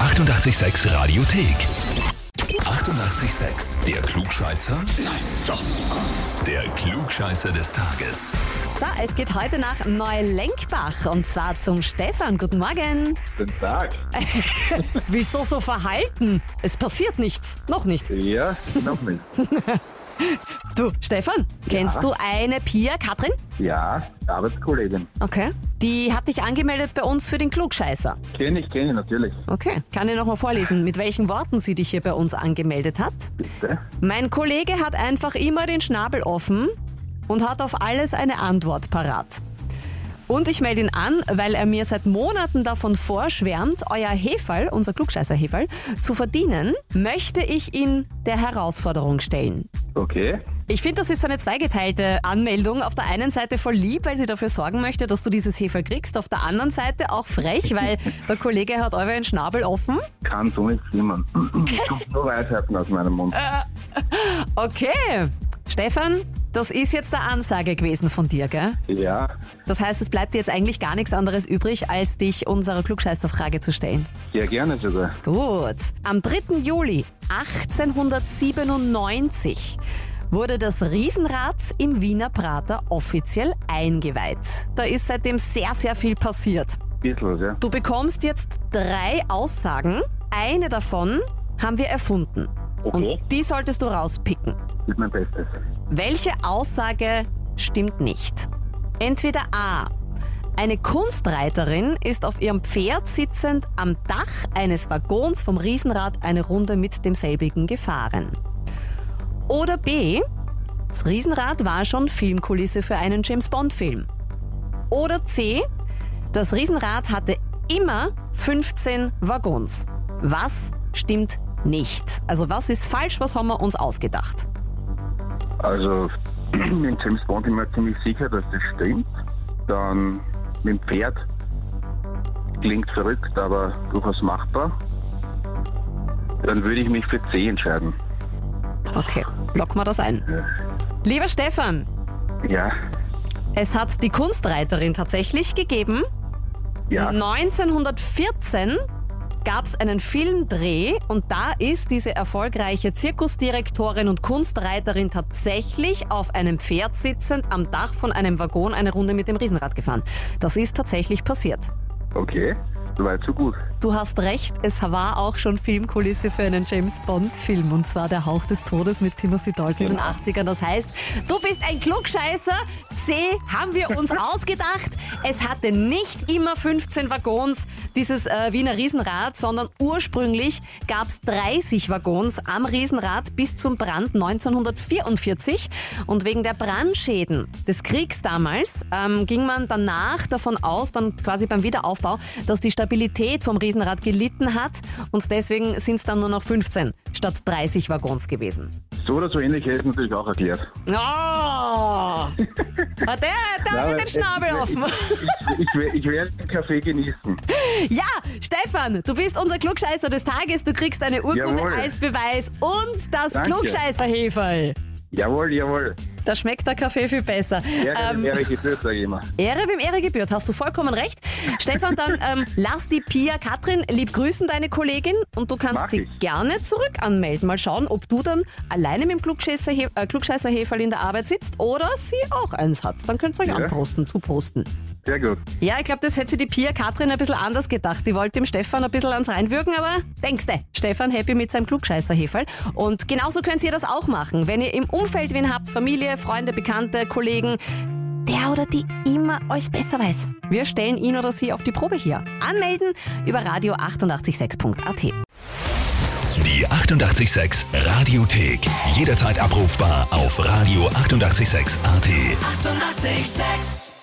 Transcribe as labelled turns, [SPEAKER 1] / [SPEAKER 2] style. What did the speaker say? [SPEAKER 1] 886 Radiothek. 88,6. Der Klugscheißer? Nein, doch. Der Klugscheißer des Tages.
[SPEAKER 2] So, es geht heute nach Neulenkbach und zwar zum Stefan. Guten Morgen.
[SPEAKER 3] Guten Tag.
[SPEAKER 2] Wieso so verhalten? Es passiert nichts. Noch nicht.
[SPEAKER 3] Ja, noch nicht.
[SPEAKER 2] Du, Stefan, kennst du eine Pia Katrin?
[SPEAKER 3] Ja, Arbeitskollegin.
[SPEAKER 2] Okay. Die hat dich angemeldet bei uns für den Klugscheißer.
[SPEAKER 3] Kenne ich, kenne ich natürlich.
[SPEAKER 2] Okay. Kann ich nochmal vorlesen, mit welchen Worten sie dich hier bei uns angemeldet hat?
[SPEAKER 3] Bitte.
[SPEAKER 2] Mein Kollege hat einfach immer den Schnabel offen und hat auf alles eine Antwort parat. Und ich melde ihn an, weil er mir seit Monaten davon vorschwärmt, euer Heferl, unser klugscheißer Heferl, zu verdienen, möchte ich ihn der Herausforderung stellen.
[SPEAKER 3] Okay.
[SPEAKER 2] Ich finde, das ist so eine zweigeteilte Anmeldung. Auf der einen Seite voll lieb, weil sie dafür sorgen möchte, dass du dieses Heferl kriegst. Auf der anderen Seite auch frech, weil der Kollege hat euren Schnabel offen.
[SPEAKER 3] Kann so nicht jemanden. Kommt nur Weisheiten aus meinem Mund.
[SPEAKER 2] Okay, Stefan, das ist jetzt der Ansage gewesen von dir, gell?
[SPEAKER 3] Ja,
[SPEAKER 2] Das heißt, es bleibt dir jetzt eigentlich gar nichts anderes übrig, als dich unserer Klugscheißerfrage zu stellen.
[SPEAKER 3] sehr gerne also sogar.
[SPEAKER 2] Gut. Am 3. Juli 1897 wurde das Riesenrad im Wiener Prater offiziell eingeweiht. Da ist seitdem sehr, sehr viel passiert.
[SPEAKER 3] Bisslos, ja.
[SPEAKER 2] Du bekommst jetzt drei Aussagen. Eine davon haben wir erfunden.
[SPEAKER 3] Okay.
[SPEAKER 2] Und die solltest du rauspicken.
[SPEAKER 3] Ist mein Bestes.
[SPEAKER 2] Welche Aussage stimmt nicht? Entweder A. Eine Kunstreiterin ist auf ihrem Pferd sitzend am Dach eines Waggons vom Riesenrad eine Runde mit demselbigen gefahren. Oder B. Das Riesenrad war schon Filmkulisse für einen James Bond-Film. Oder C. Das Riesenrad hatte immer 15 Waggons. Was stimmt nicht? Also was ist falsch, was haben wir uns ausgedacht?
[SPEAKER 3] Also, mit James Bond bin ich mir ziemlich sicher, dass das stimmt. Dann mit dem Pferd. Klingt verrückt, aber durchaus machbar. Dann würde ich mich für C entscheiden.
[SPEAKER 2] Okay, lock mal das ein. Lieber Stefan,
[SPEAKER 3] Ja,
[SPEAKER 2] es hat die Kunstreiterin tatsächlich gegeben.
[SPEAKER 3] ja.
[SPEAKER 2] 1914 gab es einen Filmdreh und da ist diese erfolgreiche Zirkusdirektorin und Kunstreiterin tatsächlich auf einem Pferd sitzend am Dach von einem Waggon eine Runde mit dem Riesenrad gefahren. Das ist tatsächlich passiert.
[SPEAKER 3] Okay, soweit so gut.
[SPEAKER 2] Du hast recht, es war auch schon Filmkulisse für einen James Bond-Film und zwar Der Hauch des Todes mit Timothy Dalton in den
[SPEAKER 3] Genau.
[SPEAKER 2] 80ern. Das heißt, du bist ein Klugscheißer. C haben wir uns ausgedacht. Es hatte nicht immer 15 Waggons, dieses äh, Wiener Riesenrad, sondern ursprünglich gab es 30 Waggons am Riesenrad bis zum Brand 1944. Und wegen der Brandschäden des Kriegs damals ähm, ging man danach davon aus, dann quasi beim Wiederaufbau, dass die Stabilität vom Riesenrad gelitten hat und deswegen sind es dann nur noch 15 statt 30 Waggons gewesen.
[SPEAKER 3] So oder so ähnlich hätte ich es natürlich auch erklärt.
[SPEAKER 2] Oh! Hat der, der hat
[SPEAKER 3] Ja, aber
[SPEAKER 2] halt den Schnabel
[SPEAKER 3] ich-
[SPEAKER 2] offen.
[SPEAKER 3] Ich, ich, wer- ich werde den Kaffee genießen.
[SPEAKER 2] Ja, Stefan, du bist unser Klugscheißer des Tages. Du kriegst eine Urkunde
[SPEAKER 3] Jawohl.
[SPEAKER 2] als Beweis und das
[SPEAKER 3] Danke.
[SPEAKER 2] Klugscheißerheferl.
[SPEAKER 3] Jawohl, jawohl.
[SPEAKER 2] Da schmeckt der Kaffee viel besser.
[SPEAKER 3] Ehre,
[SPEAKER 2] Ähm,
[SPEAKER 3] ähm, Ehre gebührt, sage ich immer.
[SPEAKER 2] Ehre wem Ehre gebührt, hast du vollkommen recht. Stefan, dann ähm, lass die Pia Katrin lieb grüßen, deine Kollegin, und du kannst
[SPEAKER 3] Mach
[SPEAKER 2] sie
[SPEAKER 3] ich.
[SPEAKER 2] gerne zurück anmelden. Mal schauen, ob du dann alleine mit dem Klugscheißer äh, Klugscheißerheferl in der Arbeit sitzt oder sie auch eins hat. Dann könnt ihr euch
[SPEAKER 3] Ja.
[SPEAKER 2] anprosten, zuprosten.
[SPEAKER 3] Sehr gut.
[SPEAKER 2] Ja, ich glaube, das hätte sich die Pia Katrin ein bisschen anders gedacht. Die wollte dem Stefan ein bisschen ans Reinwürgen, aber denkste, Stefan happy mit seinem Klugscheißerheferl. Und genauso könnt ihr das auch machen. Wenn ihr im Umfeld wen habt, Familie, Freunde, Bekannte, Kollegen, der oder die immer alles besser weiß. Wir stellen ihn oder sie auf die Probe hier. Anmelden über radio886.at.
[SPEAKER 1] Die 88,6 Radiothek. Jederzeit abrufbar auf radio886.at. 88,6.
[SPEAKER 4] Eighty-eight, sex.